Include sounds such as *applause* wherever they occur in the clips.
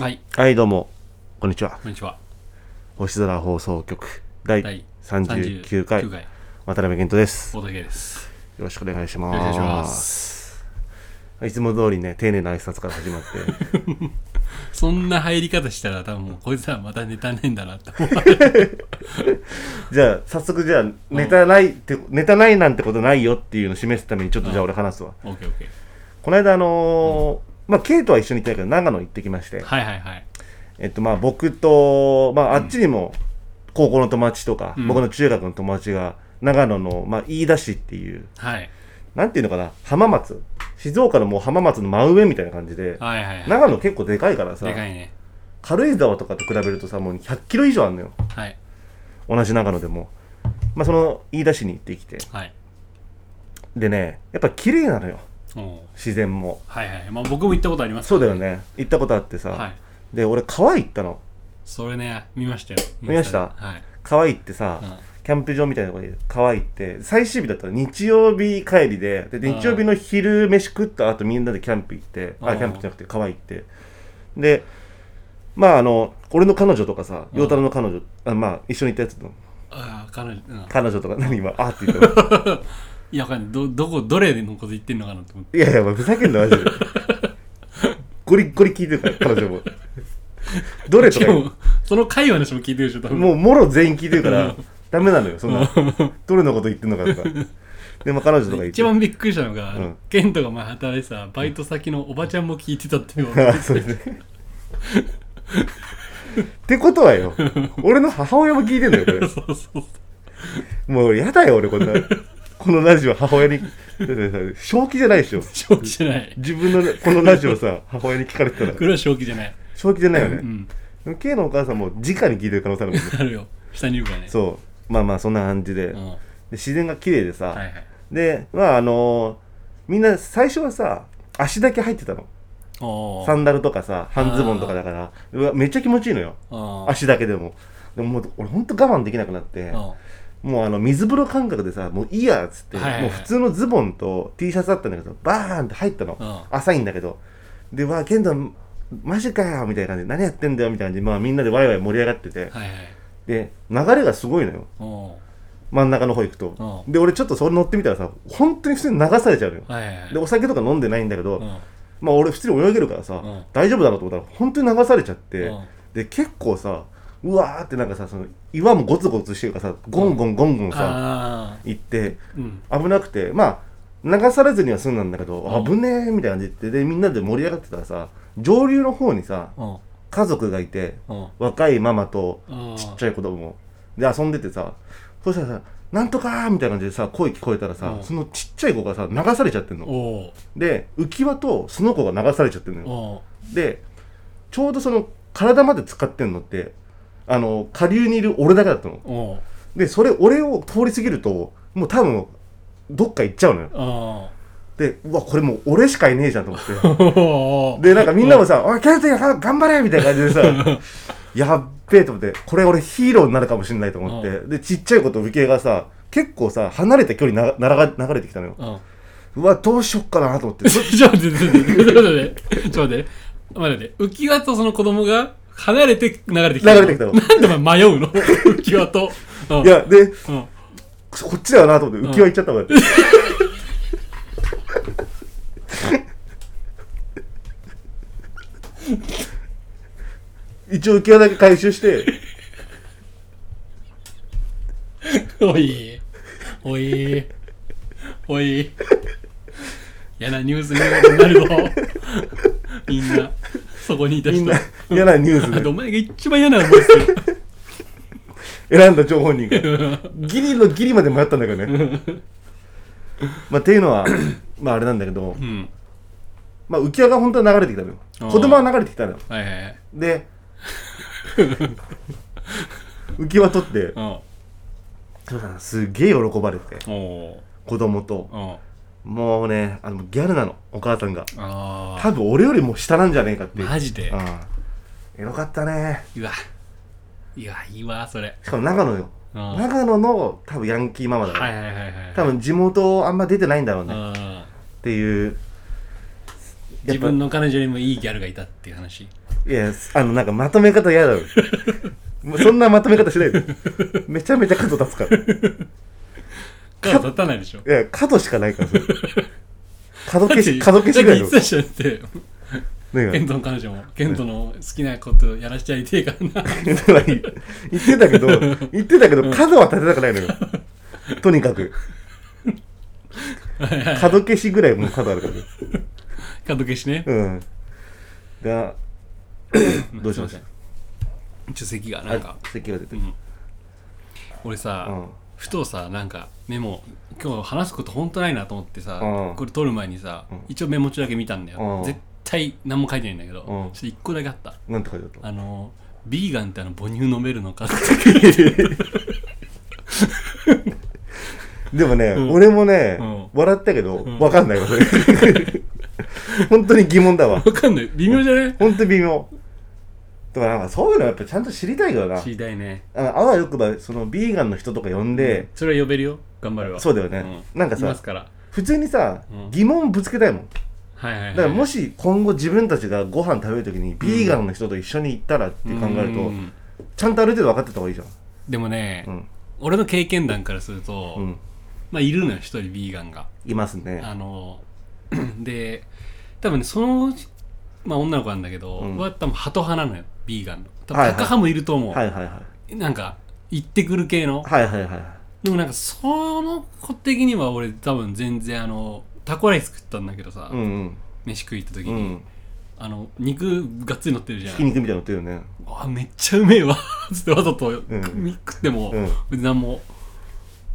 はい、はい、どうも、こんにちは。こんにちは。星空放送局第第39 39回、回、大渡辺健人です。よ竹です。ろしくお願いしよろしくお願いしま。ますす。いつも通りね、丁寧な挨拶から始まって、 *laughs* そんな入り方したら、多分もうこいつはまたネタねえんだなって *laughs* 思う。じゃあ、早速じゃあ、ネタないって、ネタないなんてことないよっていうのを示すために、ちょっとじゃあうん俺話すわ。オッケーオッケこの間、あのーまあ、ケイとは一緒に行ったけど、長野行ってきましてー。、はいはいはい。えっと、まあ、僕と、まあ、あっちにも、高校の友達とか、うん僕の中学の友達が、長野の、まあ、飯田市っていう、はい。なんていうのかな、浜松。静岡のもう浜松の真上みたいな感じで、はいはいは長野結構でかいからい。さで、かいね。軽井沢とかと比べるとさ、もう100キロ以上あんのよ。はい。同じ長野でも。まあ、その、飯田市に行ってきて。はい。でね、やっぱ綺麗なのよ。おう自然も。はいはい。まあ僕も行ったことあります。そうだよ。ね。行ったことあってさ。はい。で、俺川行ったの。それね、見ましたよ。見ましたはい。川行ってさ、うんキャンプ場みたいなとこに川行って、最終日だったら日曜日帰りで、で、日曜日の昼飯食った後みんなでキャンプ行って、うあ、んキャンプじゃなくて川行って。で、まああの、俺の彼女とかさ、うん陽太郎の彼女、あまあ一緒に行ったやつのああ、彼女、うん。彼女とか、何今、あーって言ったのいや、わかんない。ど、どこ、どれのこと言ってんのかなと思って。いやいや、お前ふざけんな、マジで。ゴリッゴリ聞いてるから、彼女も。どれとしかか言うも、その会話の人も聞いてるでしょ、多分。もうもろ全員聞いてるから、ダメなのよ、そんな。どれのこと言ってんのかとか。で、まあ彼女とか言って。一番びっくりしたのが、うんケントが前働いてたバイト先のおばちゃんも聞いてたっていうのがあそうですね。ってことはよ、俺の母親も聞いてんだよ、これ。 *laughs* そうそうそうもうやだよ、俺、こんな。このラジオ、母親に。だってさ正気じゃないでしょ。正気じゃない自分のねこのラジオさ、母親に聞かれてたらこ。れは正気じゃない正気じゃないようね。んでも K のお母さんも直に聞いてる可能性あるもんね。あるよ下にいるからねそう。まあまあ、そんな感じで。うでん、は自然が綺麗でさ。いはいで、まあ、あのーみんな最初はさ、足だけ入ってたの。おサーンダルとかさ、半ズボンとかだから。うわめっちゃ気持ちいいのよ。あー足だけでも。でももう俺ほんと我慢できなくなって、あもうあの水風呂感覚でさ、もういいやっつって、はいはいはいもう普通のズボンと T シャツだったんだけど、バーンって入ったの。うん浅いんだけど。で、わあ、ケント、マジかよみたいな感じで、何やってんだよみたいな感じで、まあみんなでワイワイ盛り上がってて、ーはいはいで、流れがすごいのよ。お真ん中の方行くと。うで、俺ちょっとそれ乗ってみたらさ、本当に普通に流されちゃうのよー。はいはいはいで、お酒とか飲んでないんだけど、うんまあ俺普通に泳げるからさ、うん大丈夫だろうと思ったら本当に流されちゃって、うんで結構さうわーってなんかさその岩もゴツゴツしてるからさゴンゴンゴンゴンさ、あ行ってーうん危なくてまあ流されずには済んだんだけど、うん危ねーみたいな感じででみんなで盛り上がってたらさ上流の方にさうん家族がいてうん若いママとうんちっちゃい子供で遊んでてさそしたらさ「なんとかー」みたいな感じでさ声聞こえたらさ、うんそのちっちゃい子がさ流されちゃってんのおーで浮き輪とその子が流されちゃってんのよおーでちょうどその体まで使ってんのってあの下流にいる俺だけだったのおーでそれ俺を通り過ぎるともう多分どっか行っちゃうのよあでうわこれもう俺しかいねえじゃんと思っー *laughs* おてーでなんかみんなもさ「おいケントや頑張れ!」みたいな感じでさやっべえと思ってこれ俺ヒーローになるかもしれないと思ってでちっちゃい子と受けがさ結構さ離れた距離なならが流れてきたのようんうわどうしよっかなと思って *laughs* ちょちょっと待って、ちょっと待って、ちょっと待って、ちょっと待って、浮き輪とその子供が離れて流れてきた。流れてきたのなんでお前迷うの浮き輪と。うんい、やでうん、こっちだよなと思って浮き輪行っちゃったもんだって、一応浮き輪だけ回収しておい、おい、おい。嫌なニュースになるぞ。みんな、そこにいたみん人。なあ嫌なニュースとおで前が一番嫌な思いする。選んだ情報人がギリのギリまで迷ったんだけどねまあっていうのはまああれなんだけど、うん。まあ、浮き輪が本当は流れてきたのよあー子供は流れてきたのよはいはいはい。で浮き輪取ってうん。そうだなすげえ喜ばれておー子供とうん。もうね、あのギャルなの、お母さんが。ああ。多分俺よりも下なんじゃねえかっていう。マジで。うん。エロかったね。うわ。いや、いいわ、それ。しかも長野よ。うん長野の多分ヤンキーママだから、はいはいはいはい。多分地元あんま出てないんだろうね。あっていう、自分の彼女にもいいギャルがいたっていう話いやあのなんかまとめ方嫌だろもう *laughs* そんなまとめ方しないでめちゃめちゃ角立つからいから立たないでしょや角しかないからそれ角消しだって角消しぐらいのだって言ってたじゃんって何がケントの彼女もケントの好きなことやらしてやりてえからな *laughs* 言ってたけど言ってたけど角は立てたくないのよとにかく角消しぐらいもう角あるから角消しねうんがどうしましすいませんちょっと咳がたなんかあ席が出てうるん俺さ、うんふとさなんかメモ今日話すこと本当ないなと思ってさ、うんこれ撮る前にさ、うん一応メモ帳だけ見たんだよ、うん絶対何も書いてないんだけど、んちょっと一個だけあったなんて書いてあったあのビーガンってあの母乳飲めるのかってでもね、ん俺もね、うん笑ったけど、んわかんない *laughs* わ、それ。本当に疑問だわ。わかんない微妙じゃない本当に微妙。だからなんかそういうのやっぱちゃんと知りたいよな。知りたいねああわよくば、そのビーガンの人とか呼んで、それは呼べるよ頑張るわそうだよねなんかさいますから普通にさ、うん疑問ぶつけたいもん。はいはい、はい、だからもし今後自分たちがご飯食べるときにビーガンの人と一緒に行ったらって考えると、うんちゃんとある程度分かってた方がいいじゃん。でもね、うん。俺の経験談からすると、うん。まあいるのよ一人ビーガンがいますね。あの *clears throat* で多分ねその、まあ、女の子なんだけど、うんは多分ハト派なのよビーガンの多はいは分いタカ派もいると思う、はいはいはい。なんか行ってくる系のはいはいはい。でもなんかその子的には俺多分全然あのタコライス食ったんだけどさ、うんうん。飯食い行った時うに、ん。あの肉がっつり乗ってるじゃひきん肉みたいなの売ってるよね。あめっちゃうめえわ *laughs* つってわざと、ん食っても、うん別に何も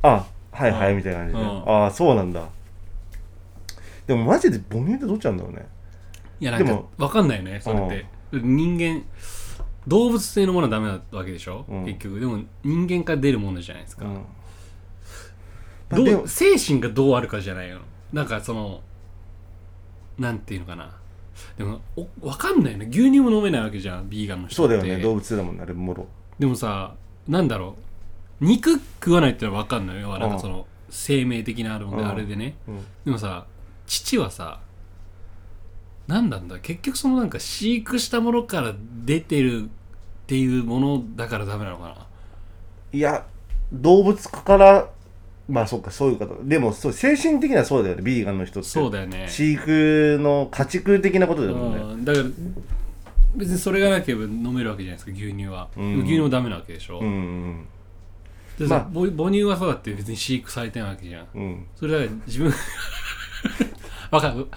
あはいはういんみたいな感じで、うんああそうなんだでもマジで母乳ってどっちなんだろうねいやなんでかもわかんないよねそれって、人間動物性のものはダメなわけでしょ、うん結局でも人間から出るものじゃないですか、うんまあでどもう精神がどうあるかじゃないよなんかそのなんていうのかなでもおわかんないよね牛乳も飲めないわけじゃんビーガンの人そっうだてよね動物性だもんねあれもろでもさなんだろう肉食わないってのはわかんないよなんかその生命的なあるもんで、うんあれでねうんでもさ父はさ何なんだ結局そのなんか飼育したものから出てるっていうものだからダメなのかいや動物からまあそうかそういう方でもそう精神的にはそうだよねビーガンの人っなてそうだよね飼育の家畜的なことだもんねうんだから別にそれがなければ飲めるわけじゃないですか牛乳は、うん牛乳もダメなわけでしょ、うんうんでさまあ母母乳はそうだって別に飼育されてないわけじゃんうんうんそれだから自分 *laughs* わかる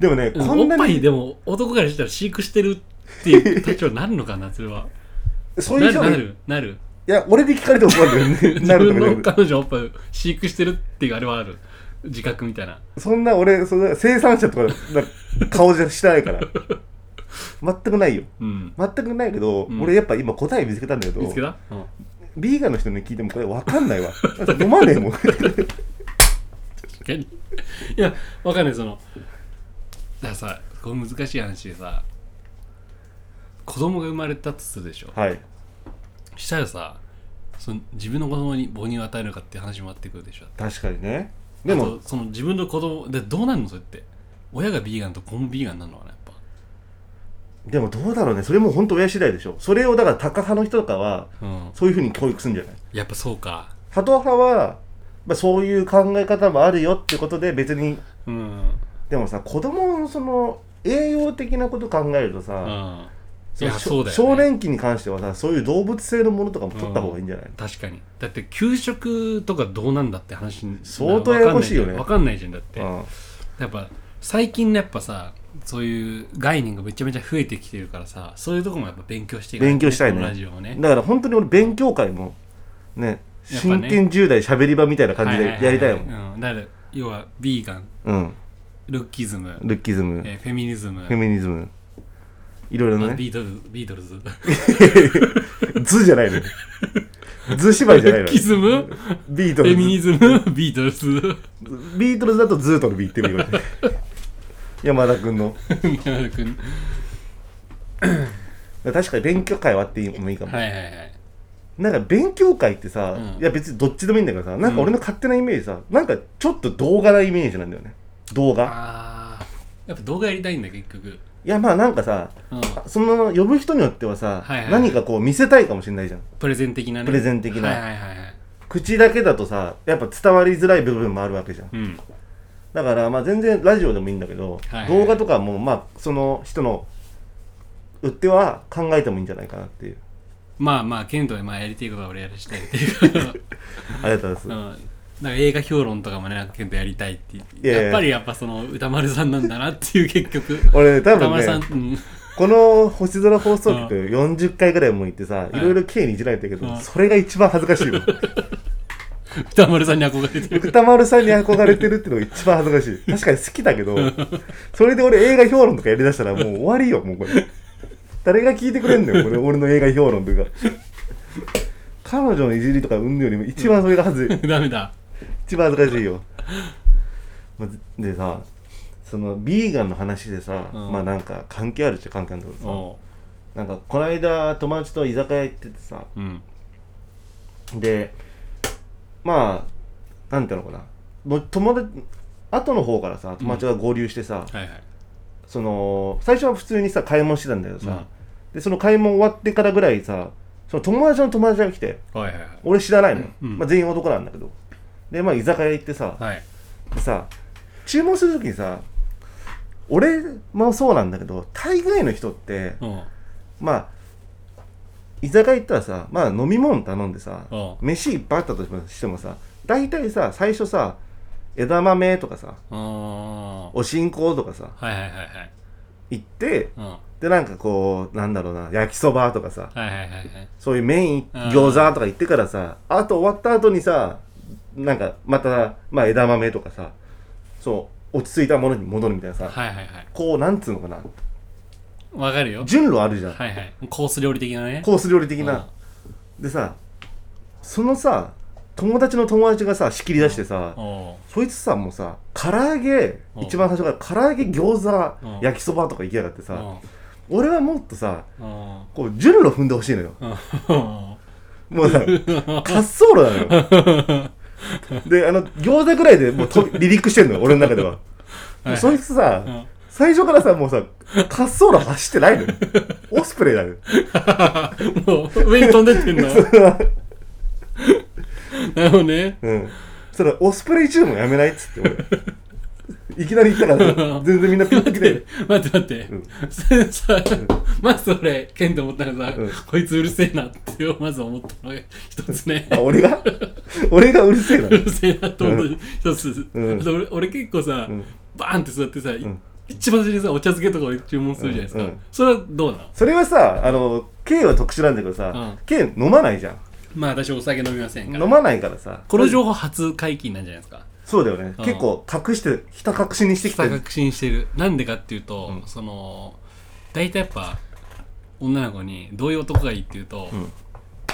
でもね、うんこんおなっぱいにでも男からしたら飼育してるっていう立場になるのかなそれはそういなう人るがないるなるや俺で聞かれても困るよね *laughs* 自なると分かじゃなくての彼女おっぱいを飼育してるっていうあれはある自覚みたいなそんな俺、そんな生産者とかな顔じゃしてないから。全くないよ。うん全くないけど、うん俺やっぱ今答え見つけたんだけど、見つけた、うんビーガンの人に聞いてもこれわかんない *laughs* わ。だって飲まねえもん。確かにいやわかんないそのだからさこれ難しい話でさ子供が生まれたとするでしょはい。したらさその自分の子供に母乳を与えるのかっていう話もあってくるでしょ確かにね。ででもも、その自分の子供でどうなるのそれって親がビーガンと子もビーガンなのかなやっぱでもどうだろうね。それも本当親次第でしょ。それをだから高派の人とかは、うんそういうふうに教育するんじゃないやっぱそうかハト派は、まあ、そういう考え方もあるよってことで別に、うんでもさ、子供のその栄養的なこと考えるとさ、うんいそやのそうだよ、ね、少年期に関してはさそういう動物性のものとかも取った方がいいんじゃない、確かにだって給食とかどうなんだって話に相当ややこしいよねわかんないじゃんだって、うんやっぱ最近のやっぱさそういう概念がめちゃめちゃ増えてきてるからさそういうとこもやっぱ勉強していかな勉強したいねこのラジオもねだから本当に俺勉強会もねやっぱ真ね剣10代しゃべり場みたいな感じでやりたいもんん、うん、だから要はビーガンうんルッキズム、ルッキズムえーフェミニズムフェミニズムいろいろまあねビートルビートルズル図じゃないのよ図芝居じゃないッのキよズムビートフルェズミニズムビートルズ *laughs* ビートルズだとズートルビーってみよう山田君の宮原君確かに勉強会はあってもいいかも、はいはいはいなんか勉強会ってさ、うんいや別にどっちでもいいんだけどさなんか俺の勝手なイメージさ、なんかちょっと動画なイメージなんだよね動画あやっぱ動画やりたいんだ結局いやまあなんかさうんその呼ぶ人によってはさ、はいはい何かこう見せたいかもしれないじゃんプレゼン的なねプレゼン的なはいはいはいはい口だけだとさやっぱ伝わりづらい部分もあるわけじゃんうんだからまあ全然ラジオでもいいんだけど、はいはい動画とかもまあその人の売っては考えてもいいんじゃないかなっていうまあまあ剣道でまあやりたいことは俺やらしたいっていう *laughs* ありがとうございうんまなんか映画評論とかもねなんか剣道やりたいっていやいややっぱりやっぱその歌丸さんなんだなっていう結局す俺 *laughs* 多歌分丸さん、ねうん、この星空放送局40回ぐらいも行ってさいろいろ K にいじられてるけど、うんそれが一番恥ずか *laughs* しいわ歌丸さんに憧れてる *laughs* 歌丸さんに憧れてるっていうのが一番恥ずかしい確かに好きだけどそれで俺映画評論とかやりだしたらもう終わりよもうこれ誰が聞いてくれんのよこれ俺の映画評論というか彼女のいじりとかうんぬよりも一番それが恥ずいダメだ一番恥ずかしいよまあでさそのビーガンの話でさ、うんまあなんか関係あるっちゃ関係あるんだけどおさなんかこの間友達と居酒屋行っててさううんでまあなんていうのかなもう友達後の方からさ友達が合流してさ、はいはいその最初は普通にさ買い物してたんだけどさ、でその買い物終わってからぐらいさその友達の友達が来てはいはいはい俺知らないのよ、うんまあ、全員男なんだけどでまあ居酒屋行ってさ、はいでさ注文するときにさ俺もそうなんだけど大概の人ってうんうんまあ居酒屋行ったらさまあ飲み物頼んでさうん飯いっぱいあったとしてもさ大体さ最初さ枝豆とかさあーおしんことかさはいはいはいはい行ってうんはでなんかこうなんだろうな焼きそばとかさいはいはいはいそういうメインうん餃子とか行ってからさあと終わった後にさなんかまた、まあ、枝豆とかさそう落ち着いたものに戻るみたいなさはいはいはいこうなんつうのかなわかるよ順路あるじゃん、はいはいコース料理的な *laughs* ねコース料理的な、でさそのさ友達の友達がさ仕切り出してさ、うんおそいつさもうさ唐揚げ、うん一番最初から唐揚げ餃子、うん焼きそばとか行きやがってさ、うん俺はもっとさうんこう順路踏んでほしいのようんもう *laughs* さ滑走路なのよであの餃子ぐらいでもうと離陸してんのよ俺の中では、いはいそいつさ、うん最初からさもうさ滑走路走ってないのよオスプレイなのよもう上に飛んでっ *laughs* てんのなるほどねうん。それオスプレイ注文やめないっつって *laughs* 俺。いきなり行ったから、全然みんなピンとき待って *laughs* て。待って待って、それさ、まず俺ケンと思ったのさ、うんこいつうるせえなってまず思ったのが一つねあ、俺が *laughs* 俺がうるせえなう。るせえなと思った一つ、うんあと俺俺結構さ、んバーンって座ってさ、ん一番最初にさお茶漬けとか俺注文するじゃないですか、うんうんそれはどうなのそれはさ、あの、K は特殊なんだけどさう、 K 飲まないじゃん。まあ私お酒飲みませんから飲まないからさ。この情報初解禁なんじゃないですかそうだよねう。ん結構隠して、ひた隠しにしてきひたて。確信してるなんでかっていうと、うんその大体やっぱ女の子にどういう男がいいっていうと、ん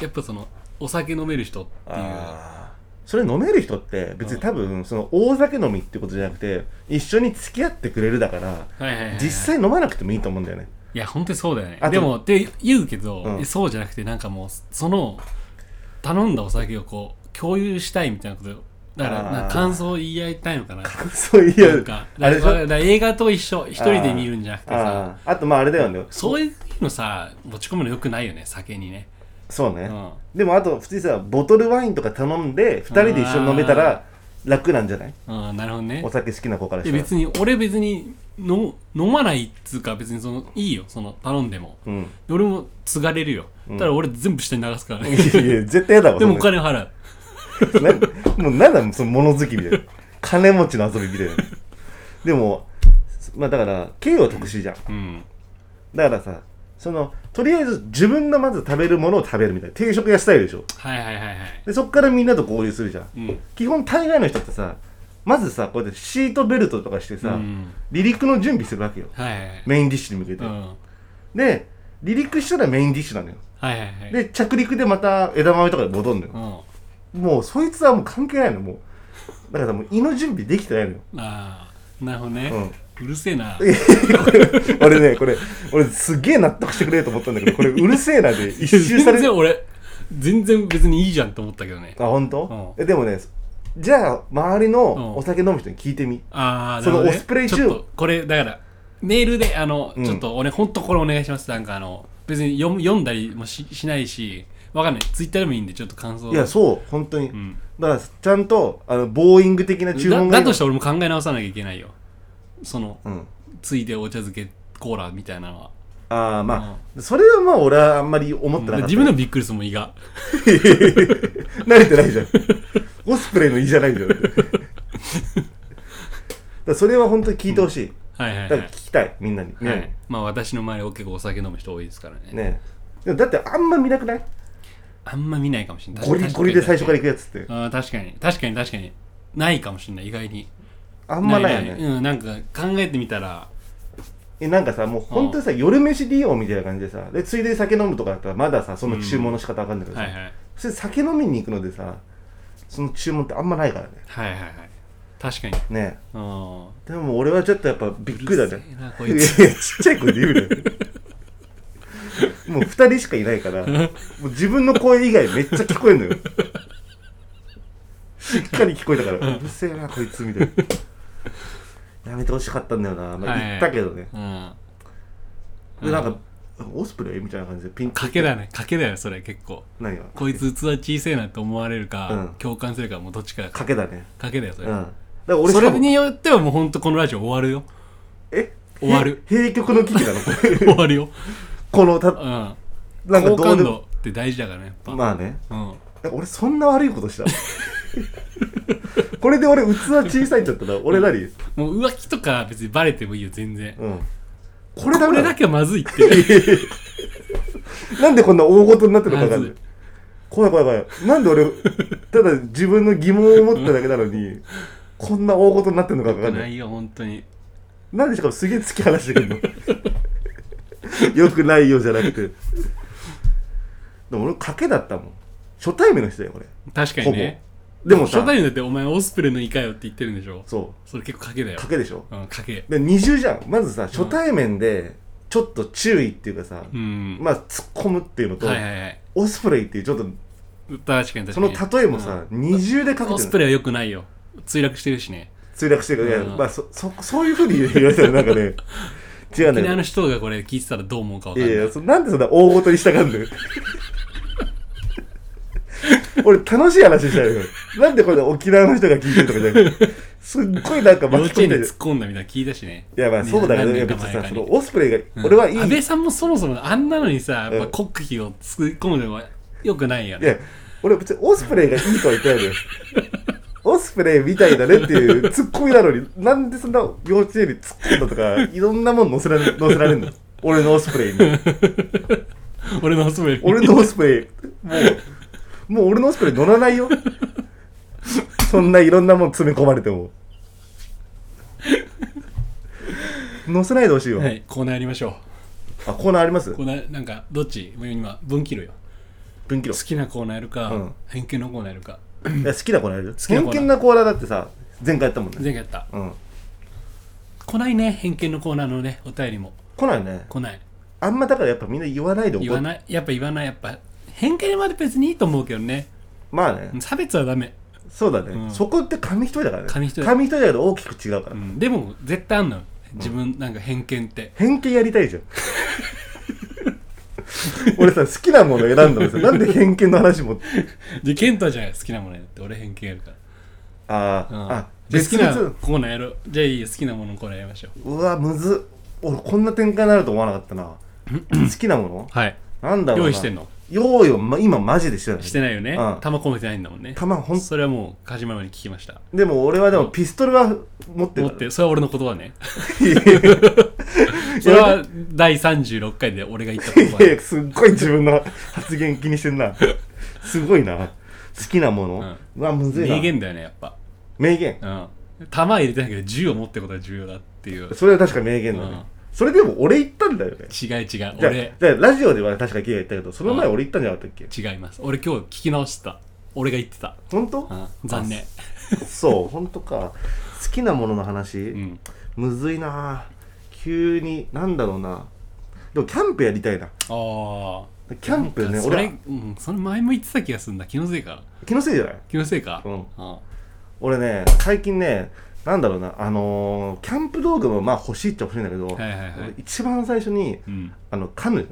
やっぱそのお酒飲める人っていうあーそれ飲める人って別に多分その大酒飲みってことじゃなくて一緒に付き合ってくれるだからはいはいはい、実際飲まなくてもいいと思うんだよね *laughs* いや本当にそうだよねあとでもって言うけど、うんえそうじゃなくてなんかもうその頼んだお酒をこう共有したいみたいなことだからあーなんか感想を言い合いたいのかなそういなんうかあれでしょだから映画と一緒一人で見るんじゃなくてさあーあとまああれだよねそういうのさ持ち込むのよくないよね酒にね、そうね、うん、でもあと普通にさボトルワインとか頼んで2人で一緒に飲めたら楽なんじゃないうん、なるほどねお酒好きな子からでしたら別に俺別にの飲まないっつうか別にそのいいよその頼んでもうん俺も継がれるよ、んただ俺全部下に流すからいやねいや絶対やだわでもおそん金払うななもうなんだその物好きみたいな金持ちの遊びみたいなでもまあだから経は特殊じゃんうんだからさそのとりあえず自分がまず食べるものを食べるみたいな定食屋スタイルでしょはいはいはいはいでそっからみんなと合流するじゃんうん基本大概の人ってさまずさこうやってシートベルトとかしてさ、うん離陸の準備するわけよはいはいはいメインディッシュに向けて、うんはで離陸したらメインディッシュなのよいはいはいで着陸でまた枝豆とかで戻んのうよ、んあもうそいつはもう関係ないのもうだからもう胃の準備できてないのよ *laughs* あーなるほどね、うるせえな俺ねこれ俺すげえ納得してくれると思ったんだけどこれうるせえな *laughs* で一周さ全れ然る俺全然別にいいじゃんと思ったけどねあ本う当、えでもねじゃあ周りうんのお酒飲む人に聞いてみああ、そのなるほどねオスプレイ中ちょっとこれ、だから、メールで、あの、うんちょっと俺、ほんとこれお願いします。なんか、あの、別に読む読んだりもししないし、わかんない。ツイッターでもいいんで、ちょっと感想。いやそう本当に、うん。だからちゃんとあのボーイング的な注だ文がだとして俺も考え直さなきゃいけないよ。その、うんついでお茶漬けコーラみたいなのは。ああまあ、それはまあ俺はあんまり思ってなかった自分でもびっくりするもん、胃が。慣れてないじゃんオスプレイのいいじゃないじゃんだからそれは本当に聞いてほしい、はいはいだはからい聞。きたいみんなに、ねはい、まあ私の周りは結構お酒飲む人多いですからねねでもだってあんま見なくないあんま見ないかもしれないゴリゴリで最初から行くやつってあー確かに確かに確かにないかもしれない意外にああんまないよねうん、なんか考えてみたらえなんかさもう本当にさ夜飯利用みたいな感じでさでついでに酒飲むとかだったらまださその注文の仕方わかんないけどはさ、いはいそれ酒飲みに行くのでさその注文ってあんまないからねはいはいはい確かにねうんでも俺はちょっとやっぱびっくりだうるねせえなこいやいいやつちっちゃい声で言うのもう2人しかいないからもう自分の声以外めっちゃ聞こえんのよしっかり聞こえたからうるせえなこいつみたいなやめてほしかったんだよな、 *laughs* まあ、はい言ったけどね、うんでなんかオスプレイみたいな感じでピン賭けだね賭けだよそれ結構何がこいつ器小せえなと思われるか、うん共感するかもうどっちか賭けだね賭けだよそうんれ、だから俺そしかれもによってはもうほんとこのラジオ終わる *laughs* よえ終わるへ *laughs* 閉局の危機なのこれ終わるよ、このたうん、なんなんかど好う感でも度って大事だからねやっぱ、まあねうん俺そんな悪いことした *laughs* これで俺器小さいんだったら俺何うん、もう浮気とか別にバレてもいいよ全然これダこメれだだけはまずいってなんでこんな大事になってるのか分かんなまいず怖い怖い怖いなんで俺ただ自分の疑問を持っただけなのにこんな大事になってるのか分かんなないいよ本当になんでしかもすげえ突き放して *laughs* くるのよくないよじゃなくてでも俺賭けだったもん初対面の人だよこれ確かにねでも初さ対面だってお前オスプレイのイカよって言ってるんでしょそそれ結構賭けだうよ賭けでしょうん賭けで二重じゃんまずさ初対面でちょっと注意っていうかさ、うんまあ突っ込むっていうのと、はいはいはいオスプレイっていうちょっと確かに確かにその例えもさ、二重でかオけスてプるレイはよくないよ墜落してるしね墜落してるから、いやうんまあそそそういうふう *laughs* に言われたらなんかね違うんだ沖縄よの人がこれ聞いてたらどう思うかわいかんやないいやそなんでそんな大ごとにしたがんのよ *laughs* 俺楽しい話したいよなんでこれ沖縄の人が聞いてるとかじゃなくてすっごいなんか幼巻き込稚園んででる突っ込んだみたいな聞いたしねいやまあそうだけど、いやね別にさ何年か前かそにのオスプレイが、俺はいい安倍さんもそもそもあんなのにさやっうぱん国費を突っ込むのはよくないよいねや、俺別にオスプレイがいいとは言ってないのよ。オスプレイみたいだねっていうツッコミなのに、なんでそんな幼稚園に突っ込んだとか、いろんなもん載せられ載せられんの俺のオスプレイに。俺のオスプレイに俺のオスプレイ、もう、もう俺のオスプレイ乗らないよ。そんないろんなもん詰め込まれても。載せないでほしいよ。はいコーナーやりましょうあ、コーナーありますコーナーなんかどっちもう今分岐路よ分岐好路。きなコーナーやるか、うん偏見のコーナーやるかいや好きなコーナーあるよ。きなコーナ偏ー見なコーナーだってさ、前回やったもんね。前回やったうん。来ないね偏見のコーナーのねお便りも来ないね。来ないあんまだからやっぱみんな言わないでおこう言わないやっぱ言わないやっぱ偏見まで別にいいと思うけどねまあね、差別はダメ、そうだね、うんそこって紙一重だからね紙一重紙一重だけど大きく違うから、うん、でも絶対あんのよ自分なんか偏見って、偏見やりたいじゃん *laughs* 俺さ好きなもの選んだのさなんで偏見の話もでケントはじゃあ好きなものやって俺偏見やるかあー、ら、うんあじゃあ好きな々コーナーやろうじゃあいいよ好きなもののコーナーやりましょううわむずっ俺こんな展開になると思わなかった *clears throat* な好きなもはいのなんだろうな用意してんの用意を、ま、今マジでしてないしてないよね、うん弾込めてないんだもんね玉ほんそれはもう梶マに聞きましたでも俺はでもピストルは持って持る *laughs* っからてそれは俺の言葉ねいそれやは第36回で俺が言った言葉いやいねやすっごい自分の発言気にしてんなすごいな好きなもの、うわむずいな名言だよねやっぱ名言うん弾入れてないけど銃を持ってことが重要だっていう違うそれは確か名言だね、うんそれでも俺言ったんだよね違うじゃあ俺じゃあラジオでは確かゲイが言ったけどその前俺言ったんじゃなかったっけ、違います俺今日聞き直してた俺が言ってた、本当、うん、残念そう本当か好きなものの話、うんむずいな急になんだろうなでもキャンプやりたいなあキャンプあ、ねそれ俺うんそれ前も言ってた気がするんだ気のせいか気のせいじゃない気のせいかうんあ俺ね最近ねなんだろうなあのーキャンプ道具もまあ欲しいっちゃ欲しいんだけど、はいはいは俺い一番最初にうんあのカヌー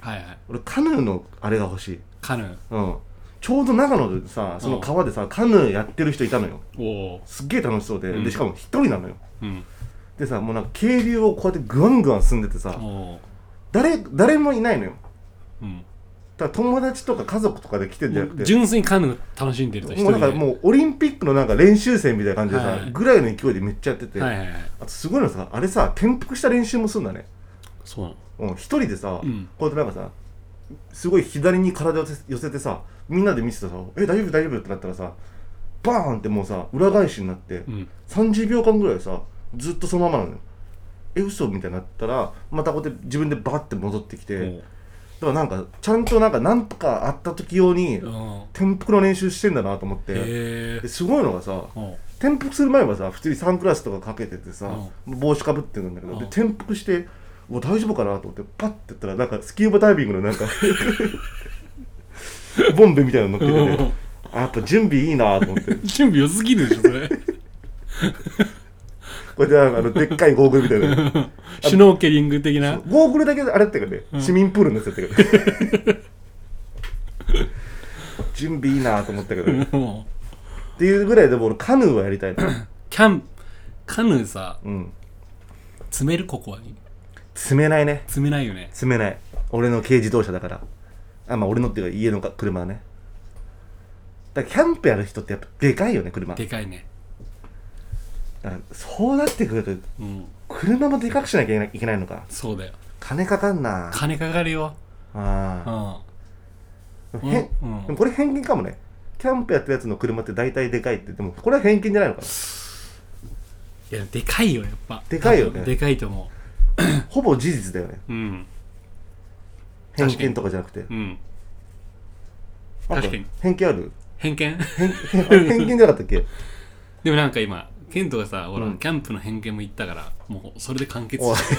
はいはい俺カヌーのあれが欲しい、カヌーうん、ちょうど長野でさその川でさ、カヌーやってる人いたのよおおすっげえ楽しそうで,、うんでしかも一人なのようんでさもうなんか渓流をこうやってグワングワン進んでてさおお誰誰もいないのようんただ友達とか家族とかで来てんじゃなくて純粋にカヌー楽しんでるともうなんかもうオリンピックのなんか練習生みたいな感じでさ、はいぐらいの勢いでめっちゃやってて、はいはいはいあとすごいのさあれさ転覆した練習もするんだねそうなのうん一人でさ、うんこうやってなんかさすごい左に体を寄せ寄せてさみんなで見てたさ「え大丈夫大丈夫」ってなったらさバーンってもうさ裏返しになって、うん30秒間ぐらいさずっとそのままなのよえ嘘みたいになったらまたこうやって自分でバーって戻ってきて、だからなんかちゃんとなんかなんとかあった時用におお転覆の練習してんだなと思って、へえですごいのがさおう転覆する前はさ普通にサングラスとかかけててさ、帽子かぶってるんだけど、でうん転覆してうわ大丈夫かなと思ってパッてやったらなんかスキューバダイビングのなん *laughs* かボンベみたいなの乗ってて、うんあやっぱ準備いいなと思ってこ *laughs* 準備良すぎるでしょそれうやってなんかあのでっかいゴーグルみたいな *laughs* シュノーケリング的なゴーグルだけであれだったけどね、市民プールのやつだったけど、ね、 *laughs* 準備いいなと思ったけど、ね、もうっていうぐらいでも俺カヌーはやりたいなキャンカヌーさうん詰めるここに積めないね詰めないよね積めない俺の軽自動車だからあまあ俺のっていうか家のか車はねだからキャンプやる人ってやっぱでかいよね車だでかいねからそうなってくるとうん車もでかくしなきゃいけないいけないのかそうだよ金かかんなあ金かかるようあんーへんうんでもこれ偏見かもねキャンプやってるやつの車って大体でかいってでもこれは偏見じゃないのかいやでかいよやっぱでかいよね多分でかいと思 *laughs* なほぼ事実だよねううん偏確かに見とかじゃなくてうんあ確かに偏見ある *laughs* 偏見偏見じゃなかったっけでもなんか今ケントがさほら、うんキャンプの偏見も言ったからもうそれで完 *laughs* 結おいして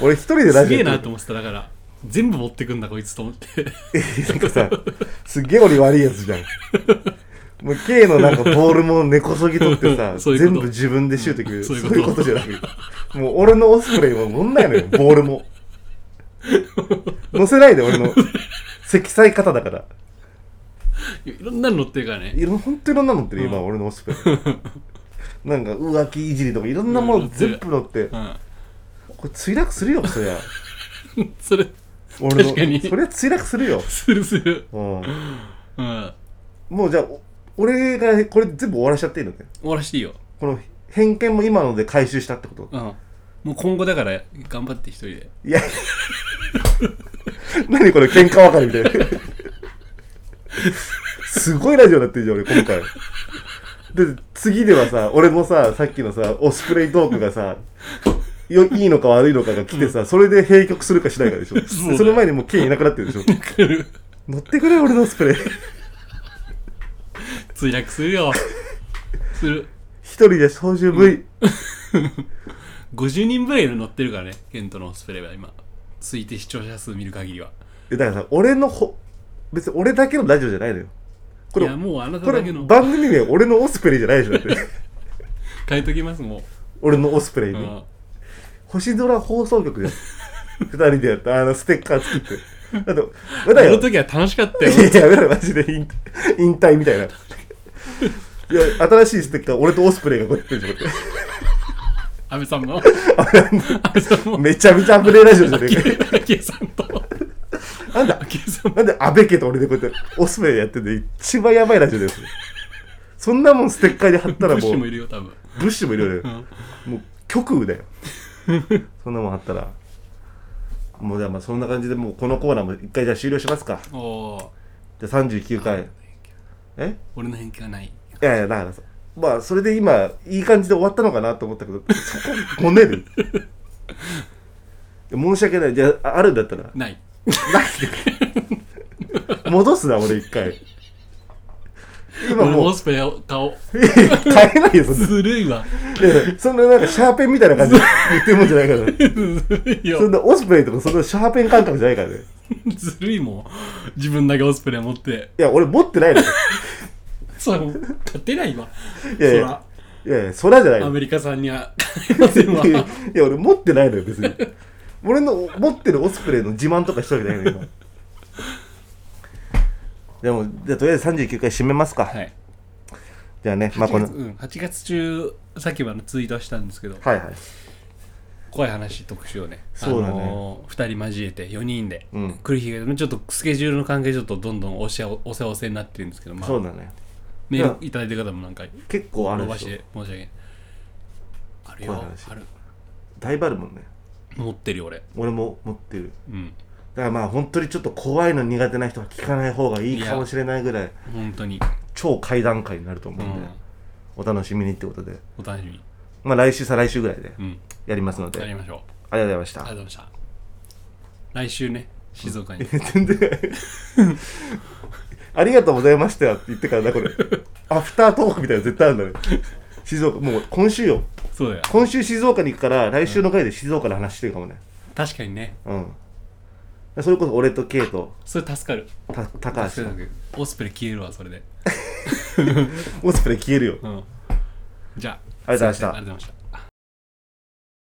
俺一人でラすジオやってるげえなと思ってただから全部持ってくんだこいつと思って *laughs* なんかさ、すっげえ俺悪いやつじゃん。もう K のなんかボールも根こそぎ取ってさ、 *laughs* そういうこ全と部自分でシュート決める。うんそそうういうこということじゃなくて。もう俺のオスプレイはもんないのよ、ボールも。乗せないで俺の積載方だから。いろんなの乗ってるからねいろん、ほんといろんなの乗ってる、今俺のオスプレイ。なんか浮気いじりとかいろんなもうのん乗ってる全部乗って、うこんれ墜落するよ、そりゃ。それ俺の、確かにそりゃ墜落するよ。するするうん。うんもうじゃあ、お俺がこれ全部終わらしちゃっていいのね。終わらしていいよこの偏見も今ので回収したってことうんもう今後だから頑張って一人でいや *laughs* 何これ喧嘩分かるみたいなすごいラジオになってるじゃん俺今回で次ではさ俺もささっきのさオスプレイトークがさよいいのか悪いのかが来てさ、それで閉局するかしないかでしょ *laughs* そうだよその前にもう剣いなくなってるでしょ乗ってくれよ俺のオスプレイ墜落す *laughs* るよする一人で操縦 V、 50人ぐらい乗ってるからねケントのオスプレイは今推定視聴者数見る限りはえだからさ俺のほ別に俺だけのラジオじゃないのよこいれやもうあなたこれだけの番組名俺のオスプレイじゃないでしょだっ *laughs* て変えときますも俺のオスプレイう、うに、ん、星空放送局で *laughs* 二人でやったあのステッカー作ってあとやだあよの時は楽しかったよ *laughs* いややめろよマジで引退引退み *laughs* たいないや新しいステッカー俺とオスプレイがこうやってるじゃんこうやっ安倍さ *laughs* んも安倍さんて *laughs* もめちゃめちゃアプレイラジオじゃね *laughs* 昭え恵昭恵さんとかなんだ昭恵さんもなんで安倍家と俺でこうやってオスプレイやってて一番やばいラジオですそんなもんステッカーで貼ったらブ *laughs* もッシュうもいるよ多分ブッシュもいるよね、もう極右だよそんなもんあったらもうじゃあまあそんな感じでもうこのコーナーも一回じゃあ終了しますかおおじゃあ39回え俺の偏見はないいやいやだからさまあそれで今いい感じで終わったのかなと思ったけどそこごねる申し訳ないじゃああるんだったらない戻すな俺一回今俺のもオうスプレイを顔変えないよそんなずるいわいやいやそんななんかシャーペンみたいな感じで言ってるもんじゃないからずるいそんよなオスプレイとかそんなシャーペン感覚じゃないからねずるいもん自分だけオスプレイ持っていや、俺持ってないのよ。そう、勝てないわ。いやいやいやいや空じゃないそら、 *laughs* アのメリカさん *laughs* には勝てませんわ。いやいや俺持ってないのよ別に俺の持ってるオスプレイの自慢とかしたわけじゃないのよ今でもじゃあとりあえず39回締めますか、はい。じゃあねまあ8この月,、うん、8月中、さっきもあのツイートはしたんですけど、はいはい怖い話特集をね、そうだねあのー、2人交えて4人で、うん来る日が、ちょっとスケジュールの関係、ちょっとどんどんおせおせおせになってるんですけど、まあそう、だねメールいただいてる方もなんか、結構ある伸でばししょて申し訳ない。あこるういよう、話ある。だいぶあるもんね持ってるよ、俺。俺も持ってるうん。だからまあ本当にちょっと怖いの苦手な人は聞かない方がいいかもしれないぐらい本当に。超階段階になると思ううんで、ん。お楽しみにってことでお楽しみに。まあ来週再来週ぐらいでうん。やりますので、やありりがましょう。とうございましあたりがとうございました。来週ね、静岡に。全然 *laughs* ありがとうございましたよって言ってからなこれアフタートークみたいなの絶対あるんだね静岡もう今週よ *laughs* そうだよ。今週静岡に行くから来週の回で静岡の話してるかもね確かにね、うんそれこそ俺とケイとそれ助かる。た高橋助かのる。オスプレイ消えるわ、それで。オスプレイ消えるようん。じゃあ、ありがとうございましたすませんありがとうございました。